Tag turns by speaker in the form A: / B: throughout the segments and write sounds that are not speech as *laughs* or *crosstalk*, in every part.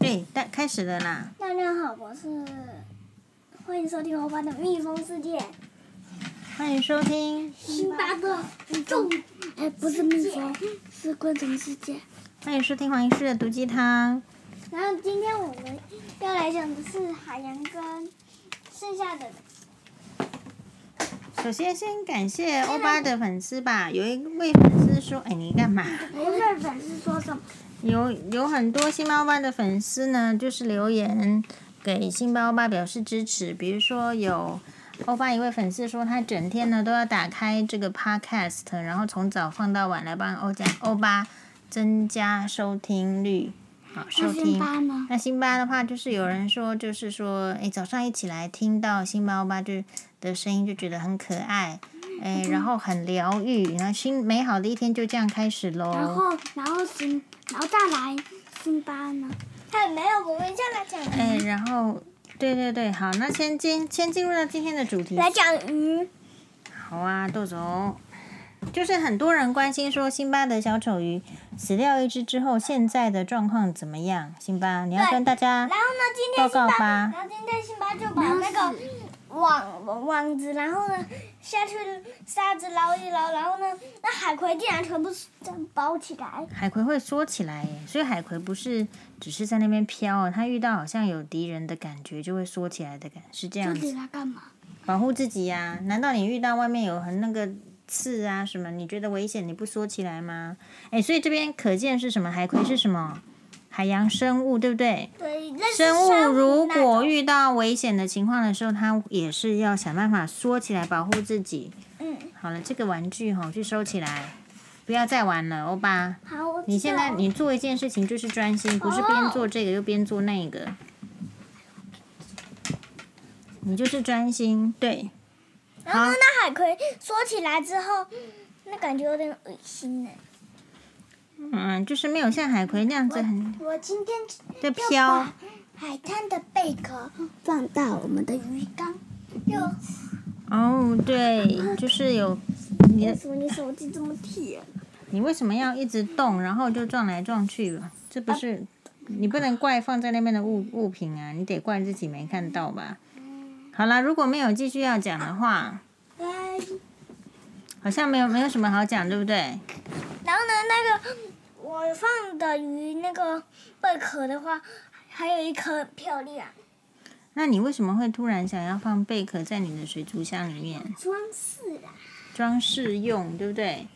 A: 哎但开始了啦！
B: 大家好，我是欢迎收听欧巴的蜜蜂世界。
A: 欢迎收听，
B: 星巴克种哎，不是蜜蜂，是昆虫世界。
A: 欢迎收听黄医师的毒鸡汤。
B: 然后今天我们要来讲的是海洋跟剩下的
A: 首先先感谢欧巴的粉丝吧，有一位粉丝说：“哎，你干嘛
B: 不是粉丝说什么？”
A: 有有很多星巴欧巴的粉丝呢，就是留言给星巴欧巴表示支持。比如说有欧巴一位粉丝说，他整天呢都要打开这个 podcast，然后从早放到晚来帮欧家欧巴增加收听率，好收听。
B: 呢？
A: 那辛巴的话，就是有人说，就是说，哎，早上一起来听到辛巴欧巴就的声音，就觉得很可爱，哎，然后很疗愈，然后新美好的一天就这样开始
C: 然
A: 喽。
C: 后，然后辛，然后再来辛巴呢？
B: 哎，没有，我们先来讲
A: 哎，然后，对对对，好，那先进先进入到今天的主题。
B: 来讲嗯鱼。
A: 好啊，豆总，就是很多人关心说，辛巴的小丑鱼死掉一只之后，现在的状况怎么样？辛巴，你要
B: 对
A: 跟大
B: 然
A: 家
B: 后呢，今
A: 报
B: 天
A: 告
B: 辛巴，
A: 吧
B: 然后今天辛巴就把那个网网子，然后呢下去沙子捞一捞，然后呢那海葵竟然全部这样包起来。
A: 海葵会缩起来耶，所以海葵不是只是在那边飘哦，它遇到好像有敌人的感觉就会缩起来的感，是这样
C: 到底
A: 子，
C: 他干嘛？
A: 保护自己呀、难道你遇到外面有很那个刺啊什么，你觉得危险你不缩起来吗？哎，所以这边可见是什么？海葵是什么？海洋生物对不对？
B: 对，那是
A: 生物如
B: 那种
A: 果遇到危险的情况的时候，它也是要想办法缩起来保护自己。
B: 嗯，
A: 好了，这个玩具吼、去收起来，不要再玩了，欧巴。
B: 好，我知道哦
A: 你现在你做一件事情就是专心，不是边做这个又边做那个。你就是专心，对，
B: 然后
A: 好
B: 呢那海葵缩起来之后，嗯那感觉有点恶心呢。
A: 嗯，就是没有像海葵那样子很
C: 我今天
A: 的飘。
C: 海滩的贝壳放到我们的鱼缸，又
A: 哦，对，就是有你的，
B: 什么？你手机这么铁？
A: 你为什么要一直动，然后就撞来撞去吧？这
B: 啊
A: 不是你不能怪放在那边的物物品啊，你得怪自己没看到吧？好啦，如果没有继续要讲的话，
B: 哎
A: 好像没有没有什么好讲，对不对？
B: 然后呢，那个我放的鱼那个贝壳的话，还有一颗很漂亮。
A: 那你为什么会突然想要放贝壳在你的水族箱里面
C: 装饰
B: 啊
C: 啦。
A: 装饰用，对不对？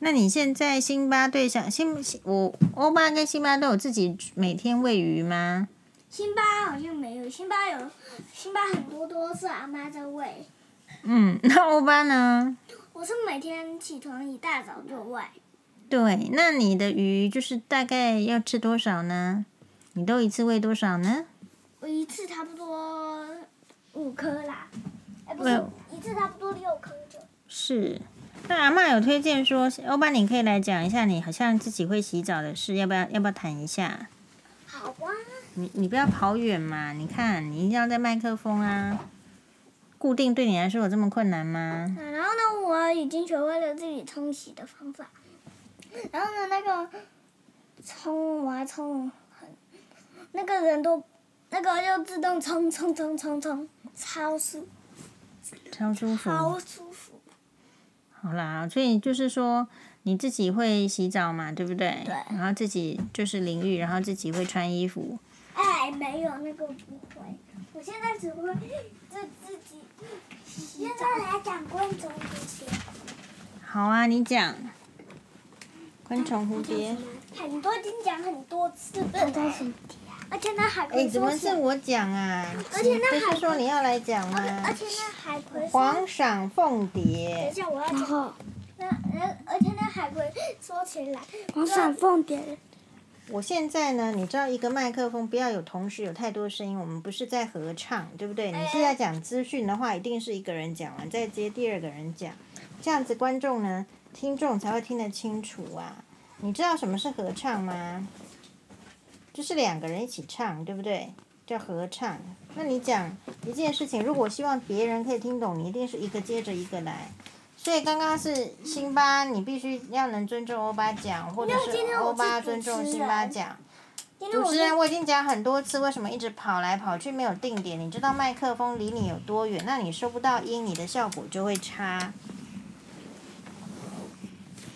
A: 那你现在辛巴对象辛我欧巴跟辛巴都有自己每天喂鱼吗？
B: 辛巴好像没有，辛巴有，辛巴很多都是阿妈在喂。
A: 嗯， *laughs* 那欧巴呢？
B: 我是每天起床一大早就喂，
A: 对，那你的鱼就是大概要吃多少呢？你都一次喂多少呢？
B: 我一次差不多五颗啦，哎不
A: 喂
B: 是，一次差不多六颗就。
A: 是，那阿嬷有推荐说，欧巴你可以来讲一下，你好像自己会洗澡的事，要不要要不要谈一下？
B: 好啊，
A: 你你不要跑远嘛！你看，你一定要在麦克风啊。固定对你来说有这么困难吗？
B: 嗯然后呢，我已经学会了自己冲洗的方法。然后呢，那个冲我还冲很，那个人都那个就自动冲冲冲冲冲，超舒
A: 超舒服。
B: 超舒服。
A: 好啦，所以就是说你自己会洗澡嘛，对不对？
B: 对
A: 然后自己就是淋浴，然后自己会穿衣服。
B: 哎，没有那个不会，我现在只会自自己洗澡。现在来讲昆虫蝴蝶，
A: 好啊，你讲。昆虫、蝴蝶。
B: 很多已经讲很多次
C: 我在
B: 了，哎
C: 想，
B: 而且那海
A: 哎，
B: 葵
A: 怎么
B: 说起
A: 是
B: 来，
A: 我讲啊？
B: 而且那
A: 不
B: 海
A: 是说你要来讲吗？
B: 而且哎那海葵说，
A: 黄赏凤
B: 等
A: 蝶
B: 一。下我要
C: 然
B: 讲。
C: 后
B: 那那而且那海葵说起来，
C: 我想放点，
A: 我现在呢，你知道一个麦克风不要有同时有太多声音，我们不是在合唱，对不对？你
B: 哎
A: 是在讲资讯的话，一定是一个人讲完，再接第二个人讲，这样子观众呢，听众才会听得清楚啊。你知道什么是合唱吗？就是两个人一起唱，对不对？叫合唱。那你讲一件事情，如果希望别人可以听懂，你一定是一个接着一个来。所以刚刚是辛巴，你必须要能尊重欧巴讲，或者
B: 因为今
A: 是
B: 天我
A: 欧巴
B: 是主
A: 尊重
B: 持
A: 辛巴
B: 人
A: 讲。
B: 今天
A: 主
B: 我
A: 持
B: 是
A: 人，我已经讲很多次，为什么一直跑来跑去没有定点？你知道麦克风离你有多远，那你收不到音，你的效果就会差。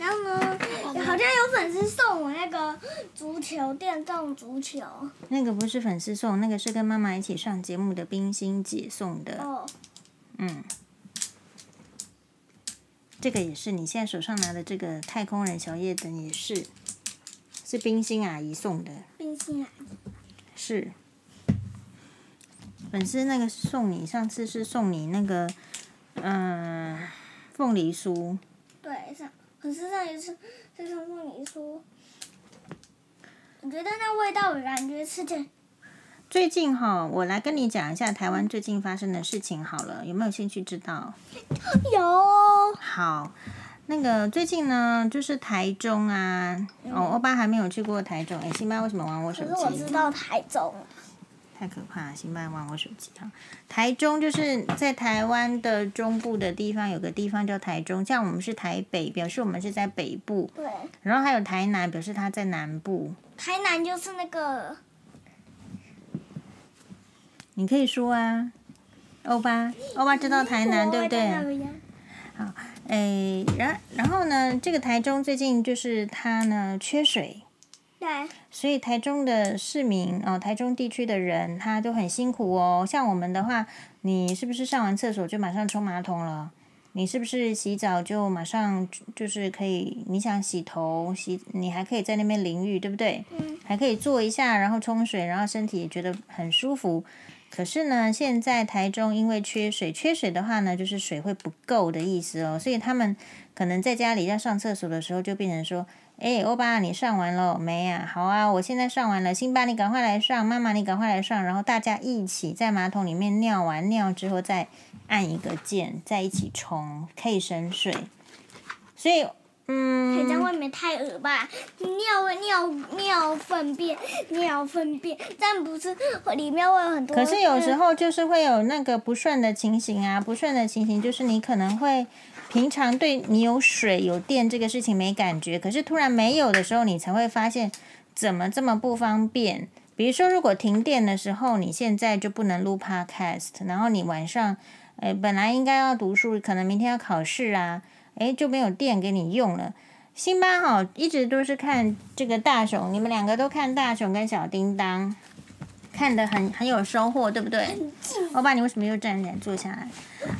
B: 然后呢，好像有粉丝送我那个足球电动足球
A: 那个不是粉丝送，那个是跟妈妈一起上节目的冰心姐送的。
B: 哦，
A: 嗯，这个也是你现在手上拿的这个太空人小夜灯也是，是冰心阿姨送的，
B: 冰心啊，
A: 是。粉丝那个送你，上次是送你那个，嗯、凤梨酥，
B: 对上，可是上一次是送凤梨酥，我觉得那味道感觉吃起来
A: 最近哈，我来跟你讲一下台湾最近发生的事情好了，有没有兴趣知道？
B: 有哦
A: 好，那个最近呢，就是台中啊，哦，欧巴还没有去过台中，哎，辛巴为什么玩我手
B: 可
A: 机？
B: 是我知道台中，
A: 太可怕了，辛巴玩我手机哈。台中就是在台湾的中部的地方，有个地方叫台中，像我们是台北，表示我们是在北部，
B: 对，
A: 然后还有台南，表示它在南部。
B: 台南就是那个
A: 你可以说啊，欧巴，欧巴知道台南对不对？诶，哎然然后呢，这个台中最近就是它呢缺水，
B: 对，
A: 所以台中的市民哦，台中地区的人他都很辛苦哦。像我们的话，你是不是上完厕所就马上冲马桶了？你是不是洗澡就马上就是可以？你想洗头洗，你还可以在那边淋浴，对不对？
B: 嗯，
A: 还可以坐一下，然后冲水，然后身体也觉得很舒服。可是呢，现在台中因为缺水，缺水的话呢，就是水会不够的意思哦，所以他们可能在家里要上厕所的时候，就变成说：“哎，欧巴，你上完了没呀、好啊，我现在上完了，辛巴你赶快来上，妈妈你赶快来上。”然后大家一起在马桶里面尿完尿之后，再按一个键，再一起冲，可以省水。所以，嗯，
B: 台中未免太恶吧？尿尿尿粪便，尿粪便，但不是里面会有很多。
A: 可是有时候就是会有那个不顺的情形啊，不顺的情形就是你可能会平常对你有水有电这个事情没感觉，可是突然没有的时候，你才会发现怎么这么不方便。比如说，如果停电的时候，你现在就不能录 podcast，然后你晚上，呃，本来应该要读书，可能明天要考试啊，诶，就没有电给你用了。辛巴哈一直都是看这个大熊，你们两个都看大熊跟小叮当，看得很很有收获，对不对？欧巴，你为什么又站起来坐下来？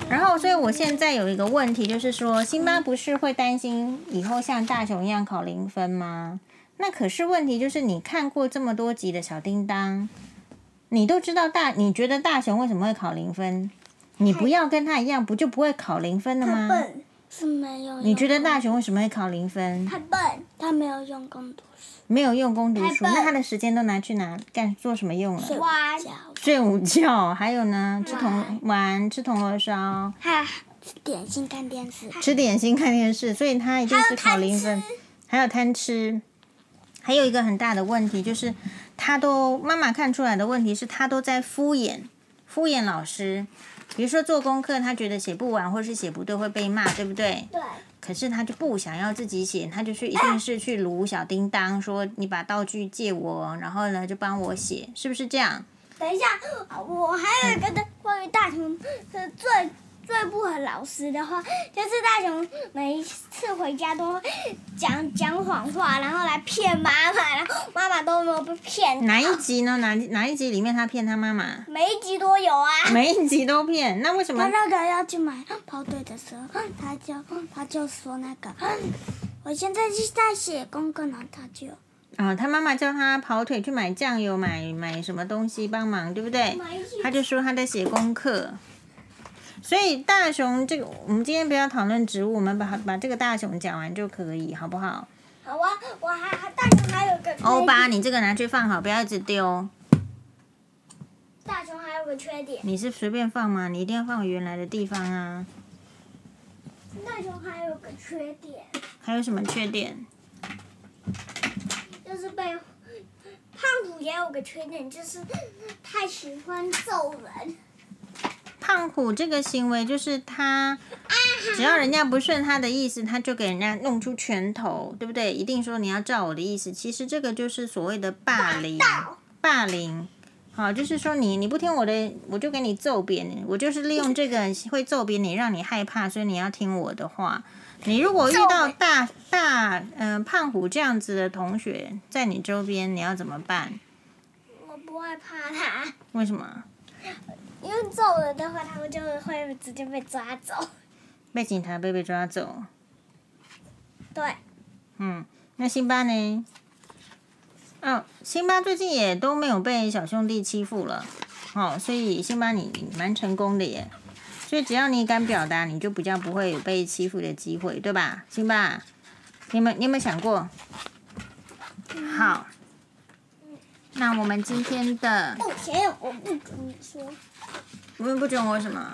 A: 然后，所以我现在有一个问题，就是说，辛巴不是会担心以后像大雄一样考零分吗？那可是问题就是，你看过这么多集的小叮当，你都知道大，你觉得大雄为什么会考零分？你不要跟他一样，不就不会考零分了
B: 太
A: 吗？
B: 笨，
C: 是没有用。
A: 你觉得大雄为什么会考零分？
B: 太笨，
C: 他没有用功读书？
A: 没有用功读书，
B: 太笨
A: 那他的时间都拿去哪干做什么用啊了？
B: 玩
C: 叫
A: 睡午觉，还有呢，吃铜玩吃铜锣烧，
B: 哈，
C: 点心看电视，
A: 吃点心、看电视，所以他一定是考零分，还有贪吃，还有一个很大的问题就是，他都妈妈看出来的问题是他都在敷衍敷衍老师，比如说做功课，他觉得写不完或是写不对会被骂，对不对？
B: 对，
A: 可是他就不想要自己写，他就去一定是去撸小叮当，说你把道具借我，然后呢就帮我写，是不是这样？
B: 等一下，我还有一个的关于大雄是最最不合老师的话，就是大雄每一次回家都会讲讲谎话，然后来骗妈妈，然后妈妈都没有被骗。
A: 哪一集呢？哪哪一集里面他骗他妈妈？
B: 每一集都有啊。
A: *laughs* 每一集都骗，那为什
C: 他
A: 么？
C: 那个要去买包队的时候，他就他就说那个，嗯我现在是在写功课呢，他就
A: 啊、他妈妈叫他跑腿去买酱油，买买什么东西帮忙，对不对？他就说他在写功课。所以大熊这个，我们今天不要讨论植物，我们把把这个大熊讲完就可以，好不好？
B: 好啊，我还大熊还有一个缺
A: 欧巴，你这个拿去放好，不要一直丢。
B: 大熊还有个缺点，
A: 你是随便放吗？你一定要放回原来的地方啊。
B: 大熊还有个缺点
A: 还有什么缺点？
B: 就是被胖虎也有个缺点，就是太喜欢揍人。
A: 胖虎这个行为就是他
B: 爱
A: 只要人家不顺他的意思，他就给人家弄出拳头，对不对？一定说你要照我的意思，其实这个就是所谓的霸凌，霸凌。好，就是说你你不听我的，我就给你揍扁你。我就是利用这个会揍扁你，让你害怕，所以你要听我的话。你如果遇到大大嗯、呃胖虎这样子的同学在你周边，你要怎么办？
B: 我不会怕他，
A: 为什么？
B: 因为揍了的话，他们就会直接被抓走。
A: 被警察被被抓走？
B: 对，
A: 嗯，那辛巴呢？嗯、辛巴最近也都没有被小兄弟欺负了，哦，所以辛巴你你蛮成功的耶。所以只要你敢表达，你就比较不会有被欺负的机会，对吧？辛巴，你们你有没有想过？好，那我们今天的
B: 不行，我不准你说。
A: 你们不准我什么？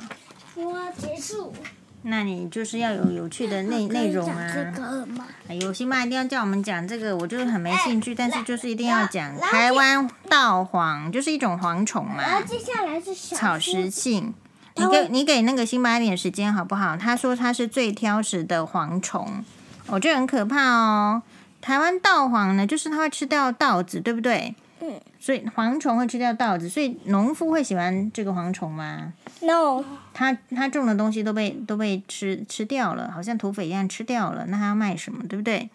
B: 我结束。
A: 那你就是要有有趣的内内容啊。
C: 这个嘛，
A: 哎呦，辛巴一定要叫我们讲这个，我就是
B: 哎
A: 很没兴趣，但是就是一定要讲
B: 来来
A: 台湾稻黄，就是一种蝗虫嘛，
B: 然后接下来是小
A: 草
B: 猪
A: 食性。你给你给那个辛巴一点时间好不好？他说他是最挑食的蝗虫，我觉得很可怕哦。台湾稻黄呢，就是它会吃掉稻子，对不对？
B: 嗯。
A: 所以蝗虫会吃掉稻子，所以农夫会喜欢这个蝗虫吗？
B: No，
A: 他他种的东西都被都被吃吃掉了，好像土匪一样吃掉了，那他要卖什么，对不对？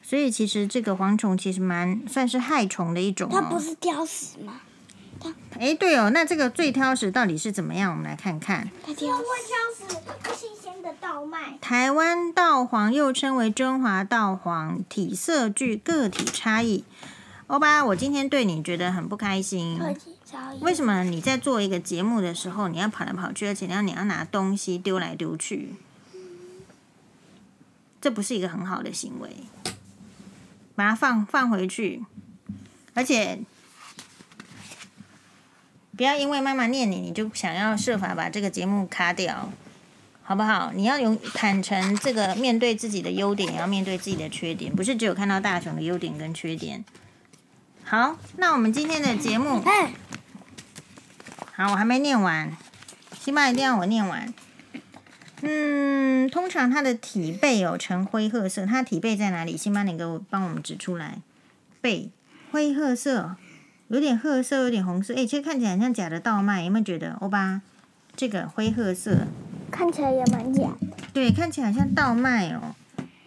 A: 所以其实这个蝗虫其实蛮算是害虫的一种
C: 它不
A: 哦。
C: 是挑食吗？
A: 哎，对哦，那这个最挑食到底是怎么样？我们来看看。
C: 它挑食。
B: 会挑食不新鲜的稻麦。
A: 台湾稻黄又称为中华稻黄，体色具个体差异。欧巴，我今天对你觉得很不开心。为什么你在做一个节目的时候，你要跑来跑去，而且你要你要拿东西丢来丢去？这不是一个很好的行为，把它放放回去，而且不要因为妈妈念你，你就想要设法把这个节目卡掉，好不好？你要勇坦诚，这个面对自己的优点，也要面对自己的缺点，不是只有看到大雄的优点跟缺点。好，那我们今天的节目。
C: 哎，
A: 好，我还没念完，辛巴一定要我念完。嗯，通常它的体背有呈灰褐色，它的体背在哪里？辛巴，你给我帮我们指出来。背灰褐色，有点褐色，有点红色，诶，哎其实看起来很像假的稻麦，有没有觉得？欧巴，这个灰褐色，
B: 看起来也蛮假。
A: 对，看起来很像稻麦哦。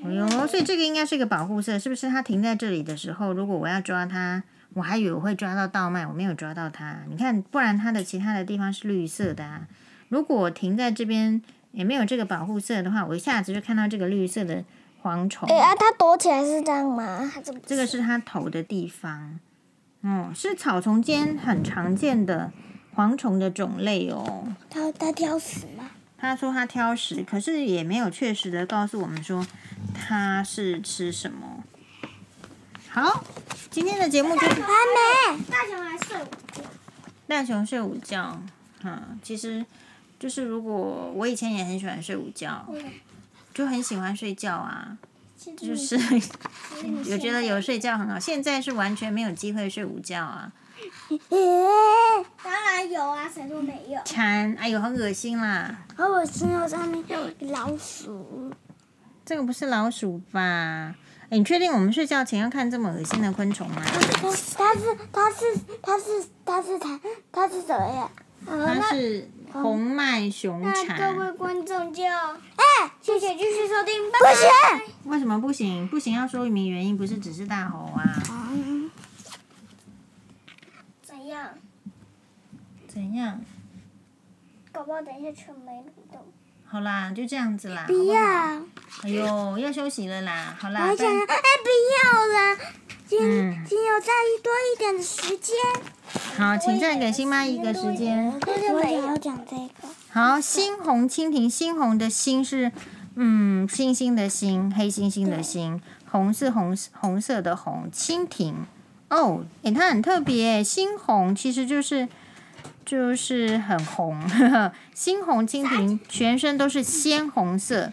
A: 哎呦，所以这个应该是一个保护色，是不是？它停在这里的时候，如果我要抓它，我还以为我会抓到稻麦，我没有抓到它。你看，不然它的其他的地方是绿色的啊。如果我停在这边也没有这个保护色的话，我一下子就看到这个绿色的蝗虫。
B: 哎啊，它躲起来是这样吗？它这
A: 这个是它头的地方。哦，是草丛间很常见的蝗虫的种类哦。
C: 它它挑食吗？
A: 他说他挑食，可是也没有确实的告诉我们说他是吃什么。好，今天的节目就是
C: 还没。
B: 大熊来睡我。
A: 大熊睡午觉。嗯，其实就是如果我以前也很喜欢睡午觉，就很喜欢睡觉啊，就是 *laughs* 有觉得有睡觉很好。现在是完全没有机会睡午觉啊，
C: 咦，
B: 当然有啊，谁说没有？
A: 馋，哎呦，很恶心啦！
C: 好恶心哦！上面有老鼠。
A: 这个不是老鼠吧？哎，你确定我们睡觉前要看这么恶心的昆虫吗？
C: 它它是它是它是它是它它是什么呀？
A: 它是红脉熊
B: 那各位
A: 蝉，
B: 观众就
C: 哎，
B: 谢谢继续收听，拜
C: 不
B: 拜。
C: 行。
A: 为什么不行？不行要说明原因，不是只是大吼啊？
C: 嗯，
B: 怎样？
A: 怎样？
B: 搞不好等一下全没录到。
A: 好啦，就这样子啦。好
C: 不
A: 不
C: 要，
A: 好？
C: 我
A: 哎呦，要休息了啦。好啦
C: 还，想要
A: 拜
C: 哎，不要了。今
A: 嗯
C: 今有再多一点的时间，
A: 好，请再给辛巴一个时间。
C: 我也要讲这个。
A: 好，猩红蜻蜓，猩红的猩是嗯，星星的星，黑猩猩的星，红是红红色的红，蜻蜓。哦，诶，它很特别，猩红其实就是就是很红，呵呵猩红蜻蜓全身都是鲜红色，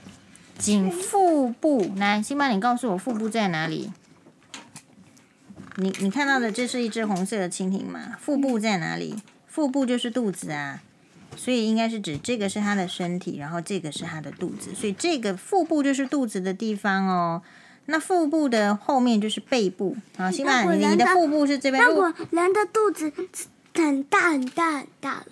A: 仅腹部。来，辛巴，你告诉我腹部在哪里？你你看到的这是一只红色的蜻蜓吗？腹部在哪里？腹部就是肚子啊。所以应该是指这个是他的身体，然后这个是他的肚子，所以这个腹部就是肚子的地方哦。那腹部的后面就是背部，好，辛巴，
C: 那果然
A: 你的
C: 它
A: 腹部是这边，
C: 那我人的肚子很大很大很大了。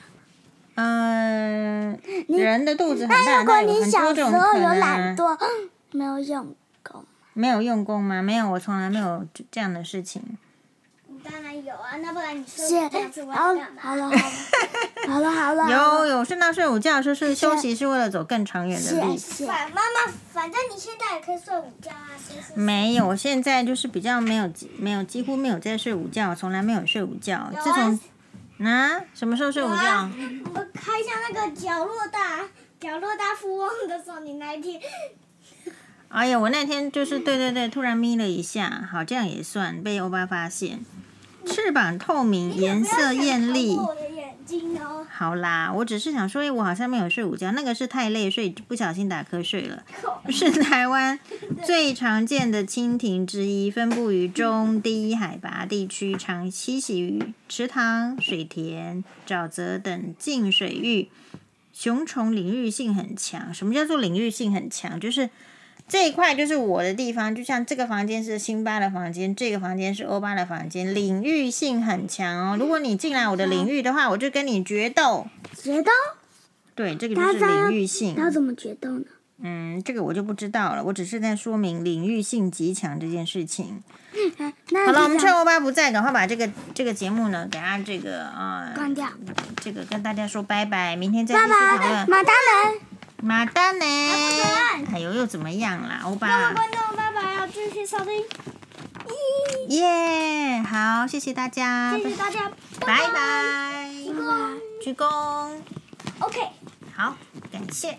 A: 嗯、人的肚子很大，
C: 如果
A: 那有
C: 你
A: 很
C: 小
A: 多
C: 时
A: 种
C: 候
A: 可
C: 有
A: 能
C: 懒
A: 啊。
C: 惰，没有用功，
A: 没有用功吗？没有，我从来没有这样的事情。
B: 当然有啊，那不然你说
C: 写，
B: 这样子我
C: 然
B: 要
C: 后
B: 干嘛？
C: 好
A: *laughs*
C: 了好了好了好了，好
A: 有
C: 了
A: 有，睡到睡午觉的时候是休息是为了走更长远的路
C: 写。写，
B: 反妈妈，反正你现在也可以睡午觉啊，真是
A: 没有，我现在就是比较没有几没有几乎没有在睡午觉，从来没有睡午觉。自从啊什么时候睡午
B: 有
A: 觉
B: 啊？我看一下那个角落大角落大富翁的时候，你那一天
A: 哎呀，我那天就是对对对，突然眯了一下，好，这样也算被欧巴发现。翅膀透明，颜色艳丽
B: 你也不要想。看我的眼睛哦，
A: 好啦，我只是想说，哎，我好像没有睡午觉，那个是太累，所以不小心打瞌睡了。是台湾最常见的蜻蜓之一，分布于中低海拔地区，常栖息于池塘、水田、沼泽等近水域。雄虫领域性很强，什么叫做领域性很强？就是这一块就是我的地方，就像这个房间是辛巴的房间，这个房间是欧巴的房间，领域性很强哦。如果你进来我的领域的话，我就跟你决斗。
C: 决斗，
A: 对，这个就是领域性。
C: 要怎么决斗呢？
A: 嗯，这个我就不知道了，我只是在说明领域性极强这件事情。
C: 哎那
A: 好了，我
C: 就
A: 们
C: 这
A: 趁
C: 样
A: 欧巴不在，赶快把这个这个节目呢，给他这个啊、呃
C: 关掉，
A: 这个跟大家说拜拜，明天再继
C: 拜
A: 续讨
C: 拜，
A: 论。
C: 马达人。
A: 马丹呢
B: 哎不？
A: 哎呦，又怎么样啦，欧
B: 各
A: 巴
B: 位？观众拜拜啊，继续收听，咦
A: 耶、好，谢谢大家，
B: 谢谢大家，
A: 拜拜，
B: 拜拜
A: 鞠躬，
B: ，OK。
A: 好，感谢。